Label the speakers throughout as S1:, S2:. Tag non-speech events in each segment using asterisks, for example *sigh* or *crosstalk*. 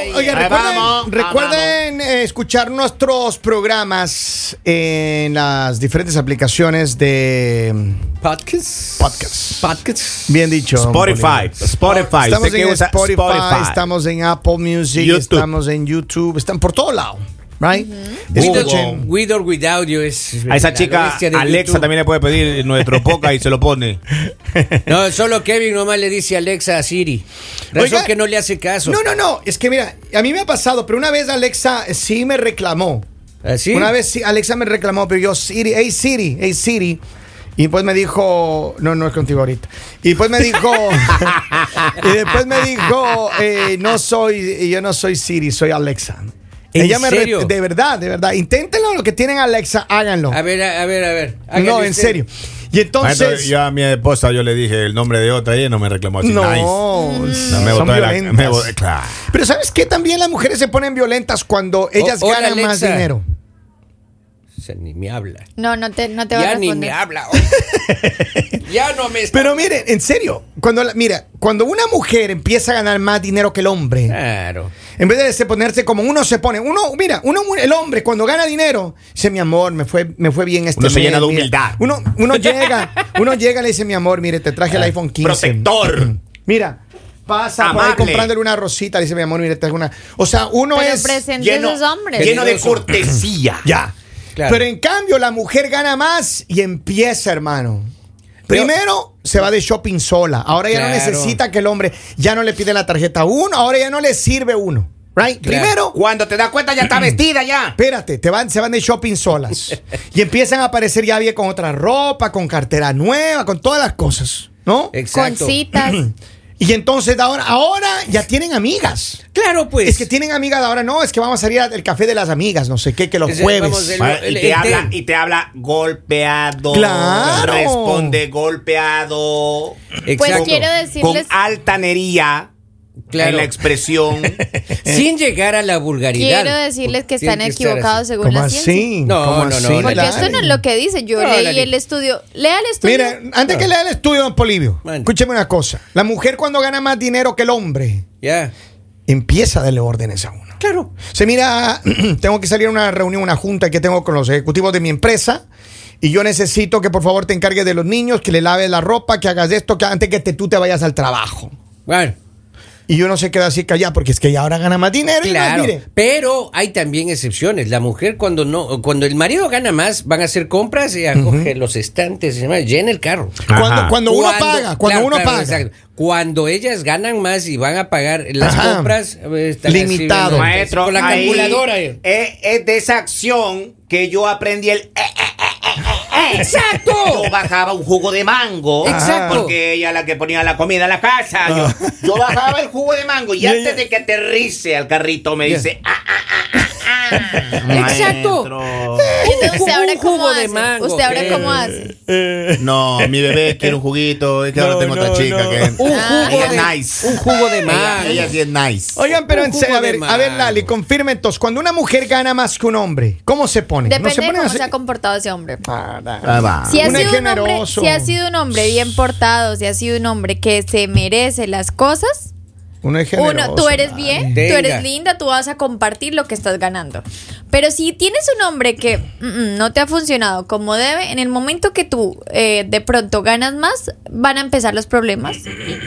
S1: recuerden,
S2: vamos,
S1: recuerden, eh, escuchar nuestros programas en las diferentes aplicaciones de mm,
S3: Podcast.
S1: Podcast.
S3: Podcast.
S1: Bien dicho. don
S2: Spotify,
S1: Bolívar.
S2: Spotify,
S1: Estamos
S2: usted que
S1: en
S2: usa
S1: Spotify,
S2: Spotify.
S1: estamos en Apple Music,
S2: YouTube.
S1: estamos en YouTube, están por todo lado, right? Escuchen.
S3: With or without you es.
S2: A esa
S3: la
S2: chica
S3: bestia de
S2: Alexa
S3: YouTube.
S2: también le puede
S1: *laughs*
S2: pedir nuestro poca y se lo pone.
S3: No, solo Kevin nomás le dice Alexa a Siri. Razón
S1: Oiga.
S3: que no le hace caso.
S1: No, no, no, es que mira, a mí me ha pasado, pero una vez Alexa sí me reclamó.
S3: Así.
S1: Una vez sí, Alexa me reclamó, pero yo, Siri, hey Siri, hey Siri. Y pues me dijo, no, no es contigo ahorita. Y pues me dijo,
S3: *laughs*
S1: y después me dijo, eh, no soy, yo no soy Siri, soy Alexa.
S3: ¿En
S1: Ella me re-
S3: serio?
S1: de verdad, de verdad. Inténtenlo lo que tienen Alexa, háganlo.
S3: A ver, a a ver, a ver. Hágale
S1: no, en
S3: usted.
S1: serio. Y entonces,
S2: yo a mi esposa yo le dije el nombre de otra y no me reclamó así.
S1: no,
S2: nice. No, me
S1: son
S2: botó de la-
S1: violentas.
S2: me botó- claro.
S1: Pero sabes qué, también las mujeres se ponen violentas cuando ellas
S3: hola,
S1: ganan más
S3: Alexa.
S1: dinero.
S3: O sea, ni me habla.
S4: No, no te, no te va a
S3: Ya ni me
S1: *laughs*
S4: responder.
S3: habla. ya no me.
S1: Pero mire, en serio, cuando la- mira, cuando una mujer empieza a ganar más dinero que el
S2: Eh.
S1: hombre,
S3: Claro.
S1: en vez de se- ponerse como uno se pone, uno, mira, uno el hombre cuando gana dinero, dice mi amor, me fue, me fue bien este
S2: Uno se
S1: mes,
S2: llena de
S1: mira".
S2: humildad.
S1: Uno,
S2: *laughs*
S1: uno llega, uno llega y le dice, mi amor, mire, te traje el iPhone 15.
S2: Eh, Protector.
S1: Mira, pasa por ahí
S2: Amable.
S1: comprándole una rosita, le dice, mi amor, mire, te traje una. O sea, uno
S4: Pero
S1: es.
S4: presente a esos hombres.
S2: lleno de
S3: Generoso.
S2: cortesía.
S1: Ya.
S3: Claro.
S1: Pero en cambio, la mujer gana más y empieza, hermano. Primero se va de shopping sola. Ahora ya no
S3: Claro.
S1: necesita que el hombre ya no le pide la tarjeta a uno. Ahora ya no le sirve uno. Right? Primero,
S2: Cuando te das cuenta ya está vestida ya.
S1: espérate, te van, se van de shopping
S3: *laughs*
S1: solas. y empiezan a aparecer ya bien con otra ropa, con cartera nueva, con todas las cosas. ¿No?
S4: Con
S3: Exacto. *clears throat*
S4: citas.
S1: Y entonces ahora, ahora ya tienen amigas.
S3: Claro, pues.
S1: Es que tienen amigas de ahora, no, es que vamos a salir al café de las amigas, no sé qué, que los
S3: Ese-
S1: jueves.
S3: vamos el-
S2: Vale,
S3: el-
S2: y, te
S3: el-
S2: habla, y te habla golpeado.
S1: Claro.
S2: Responde golpeado.
S3: Exacto.
S4: Pues quiero
S2: Con
S4: decirles,
S2: altanería en
S3: Claro.
S2: la expresión.
S1: *laughs*
S3: Sin llegar a la vulgaridad.
S4: quiero decirles que están
S3: Tienen estar
S4: equivocados
S3: así.
S4: según
S1: ¿Cómo
S4: la ciencia.
S1: así?
S3: No,
S1: ¿Cómo
S3: no, no,
S1: así?
S3: no,
S4: Porque
S3: Claro.
S4: esto no es lo que dice. Yo
S3: No,
S4: leí
S3: Lali.
S4: el estudio. Lea el estudio.
S1: Mira, antes que lea el estudio, don Polivio,
S3: Ah. Bueno.
S1: escúcheme una cosa. La mujer cuando gana más dinero que el hombre,
S3: Ya.
S1: empieza a darle órdenes a uno.
S3: Claro.
S1: Se mira, *clears throat* tengo que salir a una reunión, una junta que tengo con los ejecutivos de mi empresa y yo necesito que por favor te encargues de los niños, que le laves la ropa, que hagas esto, que antes que te- tú te vayas al trabajo.
S3: Bueno.
S1: Y yo no se queda así callado porque es que ya ahora gana más dinero. y más,
S3: Claro,
S1: mire.
S3: pero hay también excepciones. La mujer cuando no, cuando el marido gana más, van a hacer compras y acoge los estantes y demás, llena el carro.
S2: Ajá.
S1: Cuando, cuando uno paga, cuando
S3: claro,
S1: uno
S3: claro,
S1: paga.
S3: exacto. Cuando ellas ganan más y van a pagar las
S1: Ajá.
S3: compras, eh, están
S1: Limitado.
S3: así, ¿no?
S2: Maestro,
S3: con la
S2: ahí
S3: calculadora. eh.
S2: Es, es de esa acción que yo aprendí el. eh, eh, eh, eh, eh, eh.
S3: ¡Exacto!
S2: Yo bajaba un jugo de mango.
S3: Oh. Exacto. Ah.
S2: Porque ella es la que ponía la comida en la casa. Yo, yo bajaba el jugo de
S3: *laughs*
S2: mango y
S1: Ya, ya.
S2: antes de que aterrice al carrito me dice. "Ah, ah, ah, ah, ah".
S3: *laughs* Exacto.
S4: *laughs*
S2: Maestro.
S4: Entonces,
S3: Un
S4: ¿usted ahora
S3: jugo
S4: cómo
S3: de
S4: hace?
S3: mango,
S4: ¿Usted ahora
S3: ¿qué?
S4: cómo hace?
S2: No, mi bebé quiere un juguito. Es que ahora tengo otra chica que.
S3: Un jugo
S2: ella
S3: de,
S2: es nice.
S3: un jugo de
S2: Ella,
S3: mango.
S2: ella sí es nice.
S1: Oigan, pero
S3: Un
S1: en serio,
S3: jugo
S1: a
S3: de
S1: ver, a
S3: mango.
S1: ver, Lali, confirme entonces, cuando una mujer gana más que un hombre, ¿cómo se pone? ¿No
S4: Depende
S1: se
S4: de
S1: pone
S4: cómo
S1: así?
S4: se ha comportado ese hombre.
S1: Ah, da.
S2: Ah, va.
S4: Si ha,
S1: Un
S4: sido un hombre,
S1: generoso.
S4: si ha sido un hombre bien portado, si ha sido un hombre que se merece las cosas,
S1: Uno es generoso,
S4: uno, tú eres
S1: Lali.
S4: bien,
S3: Venga.
S4: tú eres linda, tú vas a compartir lo que estás ganando. Pero si tienes un hombre que mm, mm, no te ha funcionado como debe, en el momento que tú eh, de pronto ganas más, van a empezar los problemas,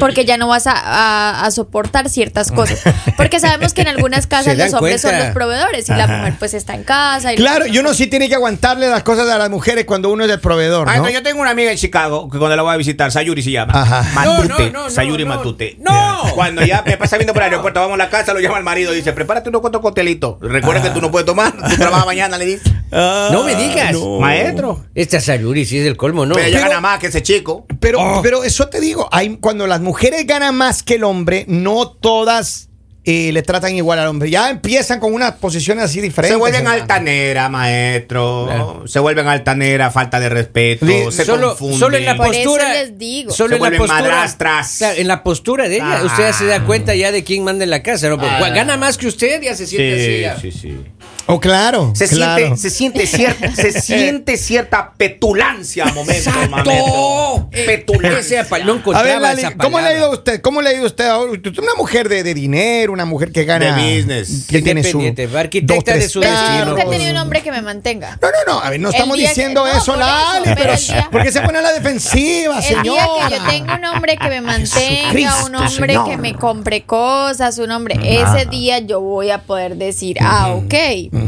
S4: porque ya no vas a, a- a soportar ciertas cosas. Porque sabemos que en algunas casas
S3: dan
S4: los hombres son
S3: cuenta.
S4: los proveedores y la mujer pues está en casa. Y
S1: Claro, y uno sí tiene que aguantarle las cosas a las mujeres cuando uno es el proveedor,
S2: Ah,
S1: ¿no?
S2: no, yo tengo una amiga en Chicago que cuando la voy a visitar, Sayuri se llama.
S1: Ajá.
S2: Matute.
S3: No, no, no, no,
S2: Sayuri
S3: no.
S2: Matute.
S3: ¡No!
S2: *laughs* Cuando ya me pasa viendo por el aeropuerto, vamos a la casa, lo llama el marido y dice, prepárate unos cuantos coctelitos. Recuerda que tú no puedes tomar, tú *laughs* trabajas mañana, le dice.
S3: no me digas.
S2: Ah, Maestro.
S3: Esta Sayuri sí es del colmo, ¿no?
S2: Pero ella
S1: Pero-
S2: gana más que ese chico.
S1: Pero, pero eso te digo, hay, cuando las mujeres ganan más que el hombre, no todas eh, le tratan igual al hombre. Ya empiezan con unas posiciones así diferentes.
S2: Se vuelven
S1: hermano.
S2: altanera, maestro.
S3: Claro.
S2: Se vuelven altanera, falta de respeto.
S1: Li-
S2: se
S3: solo,
S2: confunden.
S3: solo en la
S4: Por eso
S3: postura.
S4: les digo.
S3: Solo
S2: Se
S3: en la
S2: vuelven
S3: postura.
S2: madrastras.
S3: Claro, en la postura de ella.
S2: Ah.
S3: Usted ya se da cuenta ya de quién manda en la casa. ¿no? Porque
S2: Ah.
S3: gana más que usted, ya se siente así. ya.
S2: Sí, sí, sí.
S1: Oh, claro.
S2: Se
S1: claro.
S2: siente, se siente *laughs* cierta, se siente cierta petulancia al momento,
S3: ¡Exacto!
S2: momento. Petulancia.
S3: Ese apa- no
S1: A
S3: encontraba
S1: ver, Lali,
S3: esa
S1: ¿cómo le ha
S3: palabra.
S1: ido a usted? ¿Cómo le ha ido a usted? ahora? Usted es Una mujer de, de dinero, una mujer que gana.
S2: De business.
S1: Que tiene su.
S3: Independiente, arquitecta
S1: dos,
S3: de
S1: tres
S3: su
S4: Pero
S3: destino.
S4: yo
S1: carros.
S4: nunca he tenido un hombre que me mantenga.
S1: No, no, no. A ver, no
S4: El
S1: estamos
S4: día que-
S1: diciendo
S4: no,
S1: eso,
S4: por
S1: Lali.
S4: eso, pero
S1: pero
S4: el día-
S1: porque se pone a la
S2: Ah,
S1: defensiva,
S4: El
S1: señora.
S4: día que yo tenga un hombre que me mantenga, un
S1: Jesucristo,
S4: hombre
S1: Señor.
S4: que me compre cosas, un hombre, ese día yo voy a poder decir, ah, ok,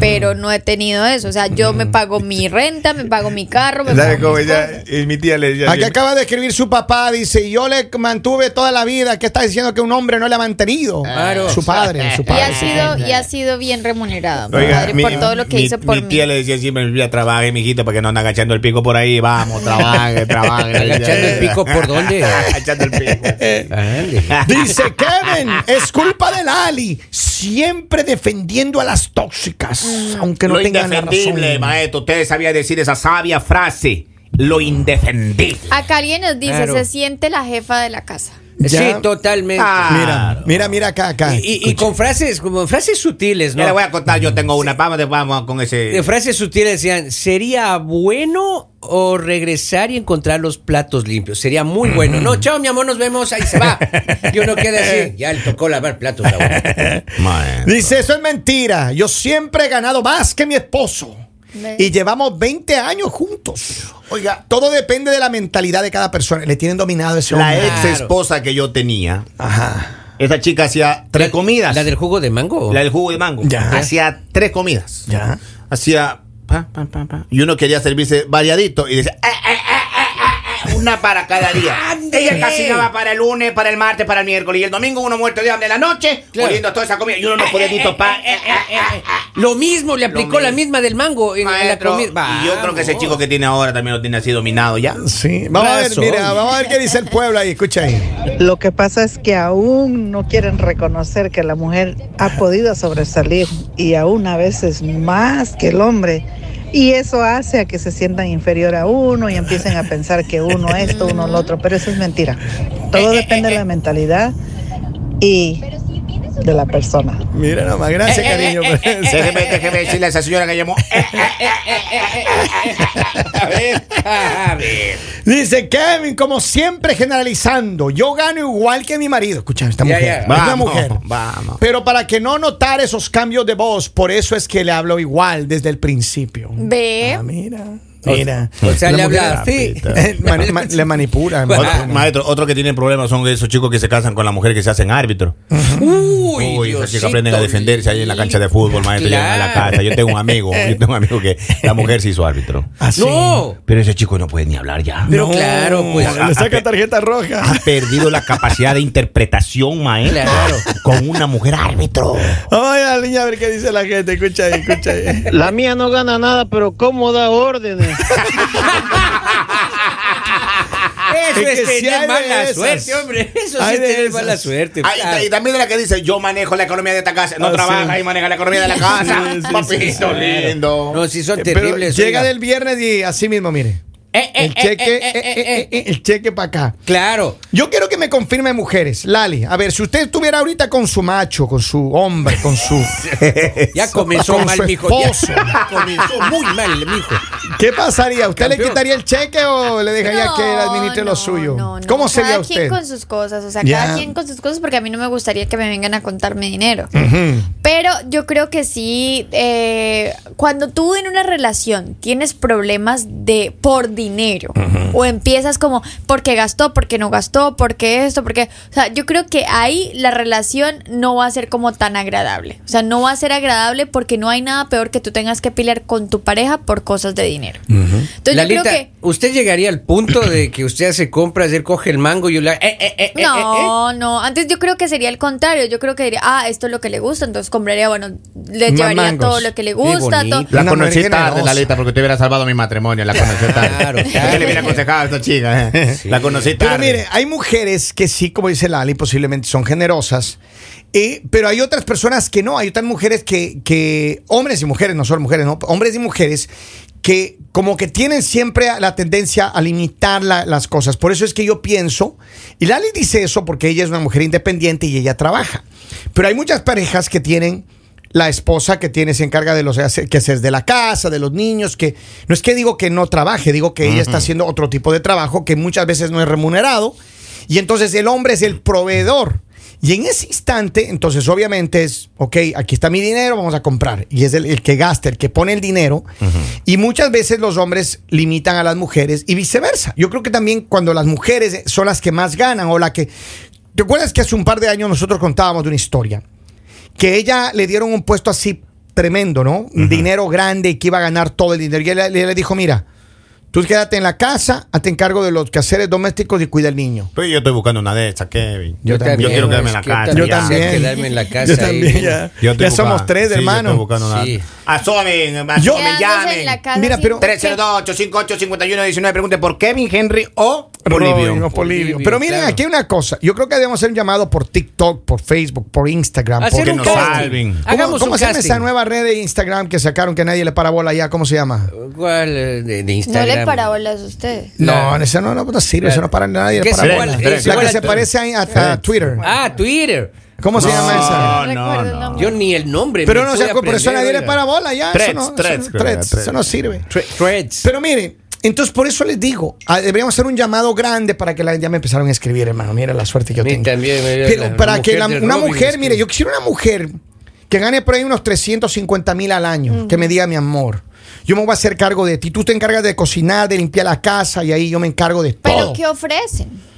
S4: pero no he tenido eso. O sea, yo me pago mi renta, me pago mi carro, me
S5: ¿Sabes
S4: pago
S5: cómo
S4: mis
S5: ella?
S4: cosas.
S5: Y mi tía le decía.
S1: Aquí
S5: siempre,
S1: acaba de escribir su papá, dice, yo le mantuve toda la vida. ¿Qué está diciendo que un hombre no le ha mantenido?
S3: Ah, Claro.
S1: Su padre, su
S4: Y ha
S1: padre.
S4: sido, y ha sido bien remunerado, mi
S2: Oiga,
S4: padre,
S2: mi-
S4: por todo lo que
S2: mi-
S4: hizo por
S2: mi
S4: mí.
S2: tía le decía siempre, ya trabaje, mijito, para que no ande agachando el pico por ahí. Vamos, trabaje, trabaje.
S3: ¿Agachando el pico por
S2: *laughs*
S3: dónde?
S2: Agachando
S3: *laughs*
S2: el pico.
S3: Ándale.
S1: Dice Kevin, es culpa de Lali, siempre defendiendo a las tóxicas,
S4: Mm.
S1: aunque no
S2: Lo
S1: tengan la
S2: indefendible,
S1: razón.
S2: maestro. Ustedes sabían decir esa sabia frase. Lo indefendible.
S4: Acá alguien nos dice,
S3: Claro.
S4: se siente la jefa de la casa.
S1: Ya.
S3: Sí, totalmente.
S2: Ah.
S1: Mira, mira, mira acá, acá.
S3: Y- y, y con frases, como frases sutiles,
S2: Yo le
S3: ¿no?
S2: voy a contar, yo tengo una. Vamos, vamos con ese.
S3: Eh, De frases sutiles decían, sería bueno o regresar y encontrar los platos limpios. Sería muy bueno. No, chao, mi amor, nos vemos, ahí se
S2: *laughs*
S3: va. Y uno queda así, ya le tocó lavar platos ahora.
S2: Maestro.
S1: Dice, eso es mentira, yo siempre he ganado más que mi esposo.
S4: Ve.
S1: Y llevamos 20 años juntos. Oiga, todo depende de la mentalidad de cada persona. Le tienen dominado ese
S2: La
S1: hombre.
S2: ex esposa que yo tenía,
S1: Ajá.
S2: esa chica hacía tres
S3: La-
S2: comidas.
S3: ¿La del jugo de mango?
S2: La del jugo de mango.
S1: Ya.
S2: Hacía tres comidas.
S1: Ya.
S2: Hacía. pa, pa, pa, pa. Y uno quería servirse variadito y decía. "Eh, eh, eh, eh, eh, eh", Una para cada día.
S3: ¡Ándele!
S2: Ella cocinaba para el lunes, para el martes, para el miércoles. Y el domingo uno muerto de hambre en la noche,
S3: Claro.
S2: oliendo toda esa comida. Y uno no podía ni topar. eh, eh, eh, eh.
S3: Lo mismo, le aplicó la misma del mango en, en
S2: Maestro,
S3: la comida.
S2: y yo creo que ese *laughs* chico que tiene ahora también lo tiene así dominado ya.
S1: Sí. Vamos a ver,
S3: Razón.
S1: mira, vamos a ver qué dice el pueblo ahí. Escucha ahí.
S6: Lo que pasa es que aún no quieren reconocer que la mujer ha podido sobresalir y aún a veces más que el hombre. Y eso hace a que se sientan inferior a uno y empiecen a pensar que uno esto, uno lo otro, pero eso es mentira. Todo depende de la mentalidad y de la persona.
S1: Mira nomás, gracias, cariño.
S2: eh,
S1: por eso.
S2: Déjeme, déjeme decirle a esa señora que llamó. "Eh, eh, eh,
S3: A ver, a ver.
S1: Dice Kevin, como siempre generalizando, yo gano igual que mi marido. Escucha, esta
S3: Ya,
S1: mujer.
S3: ya.
S1: es una
S2: Vamos,
S1: mujer.
S2: vamos.
S1: Pero para que no notar esos cambios de voz, por eso es que le hablo igual desde el principio.
S4: Ve.
S1: Ah, mira,
S3: Oh. *laughs*
S1: mira.
S3: O sea,
S1: La
S3: le
S1: mujer-
S3: habla así.
S1: Mani- ma- le manipula.
S3: Bueno.
S2: Otro- maestro, otro que tiene problemas son esos chicos que se casan con la mujer que se hacen árbitro.
S3: *laughs* Uy,
S2: Uy, esa
S3: Diosito
S2: chica aprende a defenderse ahí en la cancha de fútbol, maestro.
S3: Claro.
S2: Llegan a la casa. Yo tengo un amigo, *laughs* yo tengo un amigo que la mujer se hizo árbitro.
S1: Así.
S3: No,
S2: Pero ese chico no puede ni hablar ya.
S3: pero claro, pues.
S1: Le saca tarjeta roja.
S2: Ha perdido la capacidad de interpretación, maestro.
S3: Claro.
S2: Con una mujer árbitro.
S1: Vamos a la línea a ver qué dice la gente. Escucha ahí, escucha
S3: *laughs*
S1: ahí.
S7: La mía no gana nada, pero ¿cómo da órdenes?
S1: Es
S3: Eso
S1: Ah,
S3: es,
S1: que sí
S3: tener
S1: hay de
S3: mala
S1: esas.
S3: suerte, hombre. Eso sí
S1: Hay
S3: es
S1: de
S3: tener
S1: esas.
S3: mala suerte.
S2: Ah, y ta- y,
S3: claro.
S2: también de la que dice, yo manejo la economía de esta casa. No
S1: Ah,
S2: trabaja
S1: sí.
S2: y maneja la economía de la casa.
S1: Sí, sí,
S2: Papito lindo.
S3: No, sí son
S1: Eh, Pero
S3: terribles.
S1: llega
S3: oiga.
S1: del viernes y así mismo, mire.
S3: Eh, eh,
S1: El
S3: eh,
S1: cheque,
S3: eh,
S1: eh,
S3: eh,
S1: eh,
S3: eh, eh.
S1: eh, el cheque para acá.
S3: Claro.
S1: Yo quiero que me confirme mujeres. Lali, a ver, si usted estuviera ahorita con su macho, con su hombre, con su...
S2: *laughs*
S3: Ya comenzó
S1: Con
S3: mal,
S1: su
S3: mijo. Ya
S1: esposo.
S3: *laughs* comenzó muy mal, mijo.
S1: ¿Qué pasaría? ¿Usted le
S3: Campeón.
S1: quitaría el cheque o le dejaría que él administre
S4: no,
S1: lo suyo?
S4: no, no.
S1: ¿Cómo sería
S4: cada
S1: usted?
S4: quien con sus cosas, o sea,
S1: Ya.
S4: cada quien con sus cosas, porque a mí no me gustaría que me vengan a contarme dinero. Pero yo creo que sí, eh, cuando tú en una relación tienes problemas de por dinero, o empiezas como, porque gastó, porque no gastó, porque esto, porque. O sea, yo creo que ahí la relación no va a ser como tan agradable. O sea, no va a ser agradable porque no hay nada peor que tú tengas que pelear con tu pareja por cosas de dinero. Entonces yo
S3: Lalita, eh,
S4: creo que.
S3: usted llegaría al punto de que usted hace compras, él coge el mango y yo le... eh, eh, eh, eh, eh, eh.
S4: No, no. Antes yo creo que sería el contrario. Yo creo que diría, ah, esto es lo que le gusta, entonces compraría, bueno, le
S1: Más
S4: llevaría
S1: mangos.
S4: todo lo que le
S3: Qué
S4: gusta.
S3: bonito.
S4: todo.
S2: La
S1: Una
S2: conocí
S1: mujer
S2: tarde,
S1: generosa.
S2: Lalita, porque te hubiera salvado mi matrimonio. La *laughs* conocí tarde.
S3: Claro, claro.
S2: Yo le hubiera aconsejado a esta chica. eh. La conocí tarde.
S1: Pero mire, hay mujeres que sí, como dice Lali, posiblemente son generosas, eh, pero hay otras personas que no. Hay otras mujeres que, que, hombres y mujeres, no solo mujeres, no, hombres y mujeres que como que tienen siempre la tendencia a limitar la- las cosas. Por eso es que yo pienso, y Lali dice eso porque ella es una mujer independiente y ella trabaja, pero hay muchas parejas que tienen la esposa que tiene se encarga de los hace- quehaceres de la casa, de los niños, que no es que digo que no trabaje, digo que ella está haciendo otro tipo de trabajo que muchas veces no es remunerado y entonces el hombre es el proveedor. Y en ese instante, entonces obviamente es, ok, aquí está mi dinero, vamos a comprar. Y es el, el que gasta, el que pone el dinero. Y muchas veces los hombres limitan a las mujeres y viceversa. Yo creo que también cuando las mujeres son las que más ganan o la que... ¿Te acuerdas que hace un par de años nosotros contábamos de una historia? que ella le dieron un puesto así tremendo, ¿no? Un Dinero grande y que iba a ganar todo el dinero. Y ella, ella le dijo, mira, tú quédate en la casa, hazte encargo de los quehaceres domésticos y cuida al niño.
S2: Pero yo estoy buscando una de esas, Kevin.
S1: Yo también.
S2: Yo quiero quedarme
S3: es
S2: en la
S3: que
S2: casa.
S1: Yo
S2: ya.
S1: también.
S3: Quedarme en la casa.
S1: Yo también,
S3: y-
S1: ya.
S2: Yo estoy
S1: Ya somos tres,
S2: sí,
S1: hermano.
S2: Yo estoy buscando una-
S3: Sí.
S2: Asomen, asomen,
S1: Yo-
S4: Quedándose en
S2: llamen.
S4: la casa
S1: Mira,
S4: sin-
S1: pero-
S2: 302-858-5119. Pregunte por Kevin Henry o
S1: Roy, no,
S2: Bolivio.
S1: Polivio.
S3: Polivio,
S1: Pero miren,
S3: claro.
S1: aquí hay una cosa. Yo creo que debemos hacer un llamado por TikTok, por Facebook, por Instagram. por-
S3: Hacer un
S2: nos
S3: casting.
S2: salven. ¿Cómo-
S1: ¿Cómo,
S3: Hagamos
S1: cómo
S3: un
S1: se llama
S3: casting.
S1: esa nueva red de Instagram que sacaron que nadie le para bola ya? ¿Cómo se llama?
S3: ¿Cuál eh, de, de
S4: No
S3: Instagram?
S4: le parabolas a usted.
S3: Claro.
S1: No, esa no, no, no sirve, esa no para nadie.
S3: Que
S1: le
S3: es
S1: para
S3: igual-
S1: bola.
S3: es
S1: La
S3: igual
S1: que
S3: a
S1: se
S3: tu-
S1: parece a, a- a Twitter.
S3: Ah, Twitter.
S1: ¿Cómo se llama esa?
S2: No, no,
S4: Recuerdo el
S2: no.
S4: nombre.
S3: Yo ni el nombre.
S1: Pero
S3: me
S1: no, o
S3: pude
S1: sea, por eso
S3: aprender,
S1: nadie le
S3: oiga.
S1: para bola ya.
S2: Threads,
S1: eso no,
S2: threads,
S1: eso, no,
S2: creo que era
S1: threads,
S2: threads.
S1: eso no sirve.
S3: Thre- Threads.
S1: Pero miren, entonces por eso les digo, ah, deberíamos hacer un llamado grande para que la ya me empezaron a escribir, hermano. Mira la suerte que yo
S3: A mí
S1: tengo.
S3: también, mira,
S1: Pero
S3: la
S1: para que
S3: mujer
S1: la-
S3: de
S1: una
S3: Robin
S1: mujer,
S3: escribe.
S1: mire, yo quisiera una mujer que gane por ahí unos 350 mil al año, que me diga mi amor. Yo me voy a hacer cargo de ti. Tú te encargas de cocinar, de limpiar la casa y ahí yo me encargo de
S4: Pero
S1: todo.
S4: ¿qué ofrecen?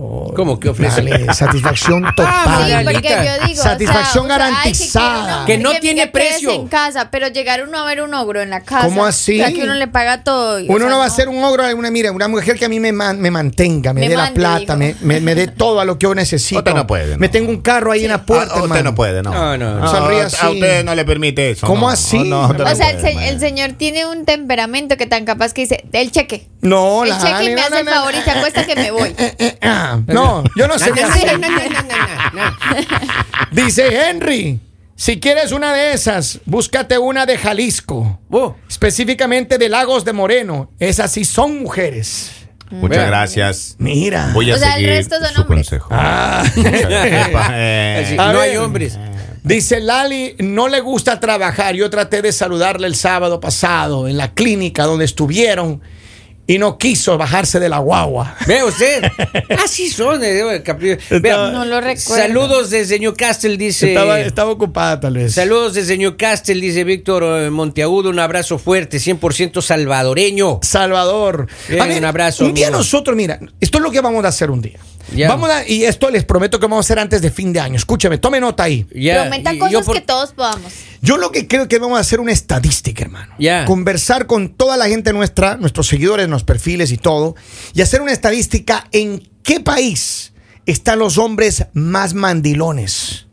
S3: ¿Cómo que ofrece?
S1: Dale,
S2: *laughs*
S1: satisfacción
S2: Ah,
S4: Ah, Sí,
S1: total.
S3: mira,
S4: porque yo digo, o sea,
S1: Satisfacción
S4: o sea, ay, que
S1: garantizada.
S4: quiero un
S3: Que no
S4: hombre
S3: tiene
S4: me crece
S3: precio.
S4: en casa, pero llegar uno a ver un ogro en la casa.
S1: ¿Cómo así?
S4: o sea, que uno le paga todo. y, o
S1: Uno
S4: sea,
S1: no va a ser un ogro, una, mira, una mujer que a mí me, man- me mantenga, me,
S4: Me
S1: dé la
S4: mande,
S1: plata, me,
S4: dijo.
S1: me- me
S4: *laughs*
S1: dé todo a lo que yo necesito.
S2: Usted no puede, no.
S1: Me tengo un carro ahí en la
S2: Ah,
S1: puerta.
S2: usted
S1: hermano.
S2: no puede, no.
S3: No, no, no.
S1: Sonríe
S2: a- A
S1: así.
S2: usted no le permite
S1: Ah,
S2: eso.
S1: ¿Cómo
S2: no. Ah,
S1: así?
S2: No, usted
S4: O
S2: no
S4: sea, el,
S2: puede,
S4: se-
S2: man.
S4: el señor tiene un temperamento que tan capaz que dice, el cheque.
S1: No,
S4: el
S1: la
S4: cheque y
S1: Ale,
S4: me
S1: no,
S4: hace el
S1: no,
S4: favor y se acuesta que me voy.
S1: no. *laughs* No, yo no sé.
S4: No, no, no, no, no, no.
S1: Dice Henry, si quieres una de esas, búscate una de Jalisco.
S3: Oh,
S1: Específicamente de Lagos de Moreno. Esas sí son mujeres.
S2: Muchas gracias.
S1: Mira. Ah.
S2: Voy a
S4: O sea, el
S2: seguir
S4: resto son
S2: su
S4: hombres.
S2: consejo. *laughs*
S3: así,
S2: Eh,
S1: A
S3: no
S1: ver.
S3: hay hombres.
S1: Dice Lali, no le gusta trabajar. Yo traté de saludarle el sábado pasado en la clínica donde estuvieron y no quiso bajarse de la guagua. *laughs*
S3: Ve usted. Así son. eh, digo, el capri- Vea,
S4: No lo recuerdo.
S3: Saludos desde Newcastle, dice.
S1: Estaba, estaba ocupada tal vez.
S3: Saludos desde Newcastle, dice Víctor eh, Monteagudo. Un abrazo fuerte, 100% salvadoreño.
S1: Salvador.
S3: Bien,
S1: A ver,
S3: un abrazo,
S1: Un día
S3: amigo.
S1: nosotros, mira, esto es lo que vamos a hacer un día.
S3: Ya.
S1: Vamos a- y esto les prometo que vamos a hacer antes de fin de año. Escúchame, tome nota ahí.
S3: *laughs* Ya,
S4: Prometa
S3: y- yo
S4: cosas
S3: por-
S4: que todos podamos.
S1: Yo lo que creo que vamos a hacer una estadística, hermano.
S3: Ya.
S1: Conversar con toda la gente nuestra, nuestros seguidores, nuestros perfiles y todo, y hacer una estadística en qué país están los hombres más mandilones.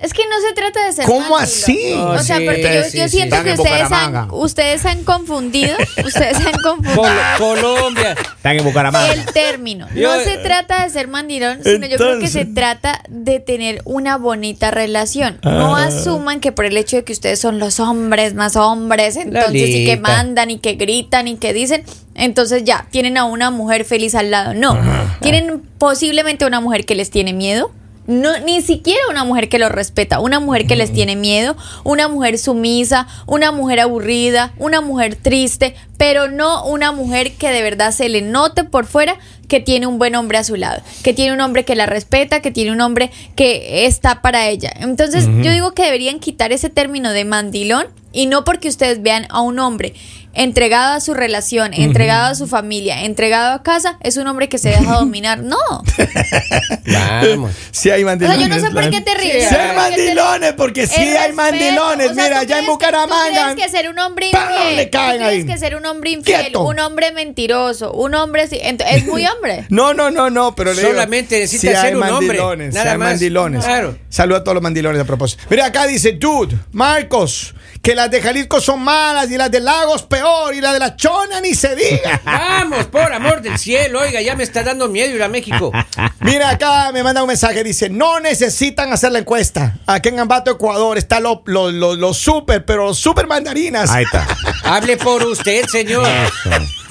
S4: Es que no se trata de ser
S1: ¿Cómo
S4: mandilón.
S1: así?
S4: O sea,
S3: Sí,
S4: porque yo,
S3: sí,
S4: yo
S3: sí.
S4: siento
S2: Están
S4: que
S2: en
S4: ustedes han,
S2: Bucaramanga.
S4: ustedes han confundido, ustedes han confundido
S3: Col- Colombia.
S2: Están en Bucaramanga.
S4: el término.
S3: Yo- eh,
S4: No se trata de ser mandilón, sino yo creo que
S1: Entonces-
S4: se trata de tener una bonita relación. No
S3: Ah.
S4: asuman que por el hecho de que ustedes son los hombres más hombres, entonces y que
S3: Lalita.
S4: mandan y que gritan y que dicen, entonces ya tienen a una mujer feliz al lado. No, tienen posiblemente una mujer que les tiene miedo. No, ni siquiera una mujer que los respeta, una mujer que les tiene miedo, una mujer sumisa, una mujer aburrida, una mujer triste, pero no una mujer que de verdad se le note por fuera que tiene un buen hombre a su lado, que tiene un hombre que la respeta, que tiene un hombre que está para ella. Entonces yo digo que deberían quitar ese término de mandilón y no porque ustedes vean a un hombre entregado a su relación, entregado a su familia, entregado a casa, es un hombre que
S1: *laughs*
S4: se deja dominar. No. O
S3: Vamos.
S1: Sí hay
S4: sea, yo no sé por qué te ríes.
S1: Sí hay mandilones, porque sí
S4: El
S1: hay
S4: respeto,
S1: mandilones.
S4: o sea,
S1: Mira, allá
S4: ¿tú
S1: en
S4: crees que-
S1: Bucaramanga.
S4: ¿tú crees que ser un hombre
S1: ¡pam! le
S4: infiel. ¿Tú
S1: caen
S4: crees
S1: ahí.
S4: que ser un hombre infiel,
S1: Quieto.
S4: un hombre mentiroso, un hombre así- ento- es muy hombre.
S1: No, no, no, no, pero le digo,
S3: Solamente necesita
S1: sí hay
S3: ser un hombre,
S1: mandilones, sí
S3: nada
S1: hay
S3: más.
S1: mandilones.
S3: Claro.
S1: Saluda a todos los mandilones a propósito. Mira, acá dice, dude, Marcos, que las de Jalisco son malas y las de Lagos peor y las de la Chona ni se
S3: *laughs*
S1: diga.
S3: Vamos, por amor del cielo. Oiga, ya me está dando miedo ir a México.
S1: Mira, acá me manda un mensaje, dice, no necesitan hacer la encuesta. Aquí en Ambato, Ecuador, están los lo, lo- los super, pero los super mandarinas.
S2: Ahí está.
S3: Hable por usted, señor.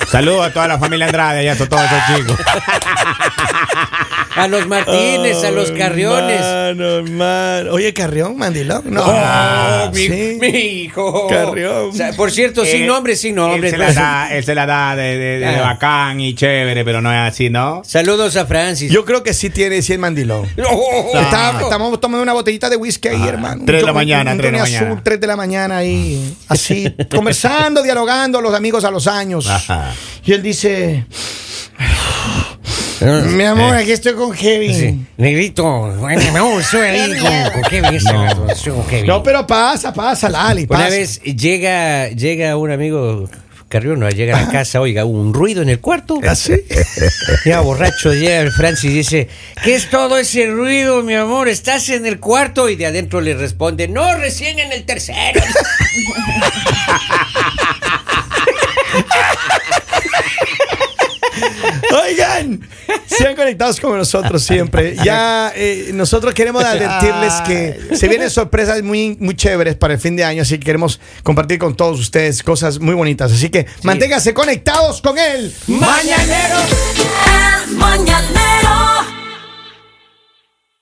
S2: Saludos a toda la familia Andrade y a todos esos chicos.
S3: a los Martínez, a los
S1: Oh,
S3: Carriones.
S1: hermano, hermano. Oye, Carrión, mandilón. No,
S3: Oh, mi,
S1: Ah, sí.
S3: mi hijo.
S1: Carrión.
S3: O sea, por cierto, sin
S2: Eh,
S3: nombre, sin nombre. pues.
S2: Él se la da, él se la da de, de- de
S3: Ah.
S2: bacán y chévere, pero no es así, ¿no?
S3: Saludos a Francis.
S1: Yo creo que sí tiene 100 mandilón.
S3: Oh,
S1: Está-
S3: hijo.
S1: estamos tomando una botellita de whisky ahí, hermano.
S2: tres de
S1: Un-
S2: la
S1: un-
S2: mañana,
S1: un
S2: tres de la
S1: Tony
S2: mañana.
S1: Azul, 3 de la mañana
S2: *laughs*
S1: ahí, así, conversando, dialogando, los amigos a los años.
S2: Ajá.
S1: Y él dice, mi amor, aquí estoy con Kevin.
S3: Ah, Sí. Negrito, bueno, no, soy ahí con, con Kevin, ese rato, soy con Kevin.
S1: No, pero pasa, pasa, Lali, pasa.
S3: Una vez llega, llega un amigo Carrión, no, llega
S1: Ah.
S3: a la casa, oiga, hubo un ruido en el cuarto.
S1: ¿Así?
S3: *laughs* Ya borracho, llega el Francis y dice, ¿qué es todo ese ruido, mi amor? ¿Estás en el cuarto? Y de adentro le responde, no, recién en el tercero.
S1: *laughs* *laughs* Oigan, sean conectados como nosotros siempre. Ya eh, nosotros
S2: *laughs*
S1: queremos advertirles que se vienen sorpresas muy, muy chéveres para el fin de año, así que queremos compartir con todos ustedes cosas muy bonitas. Así que manténganse conectados con él.
S3: Mañanero.
S5: El mañanero